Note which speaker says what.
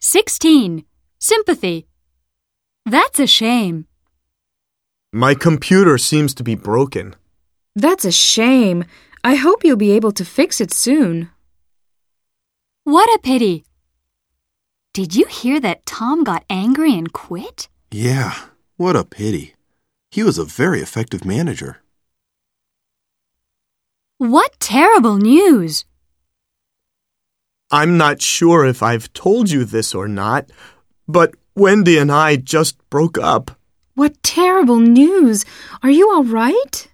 Speaker 1: 16. Sympathy. That's a shame.
Speaker 2: My computer seems to be broken.
Speaker 3: That's a shame. I hope you'll be able to fix it soon.
Speaker 1: What a pity. Did you hear that Tom got angry and quit?
Speaker 4: Yeah, what a pity. He was a very effective manager.
Speaker 1: What terrible news!
Speaker 2: I'm not sure if I've told you this or not, but Wendy and I just broke up.
Speaker 3: What terrible news! Are you all right?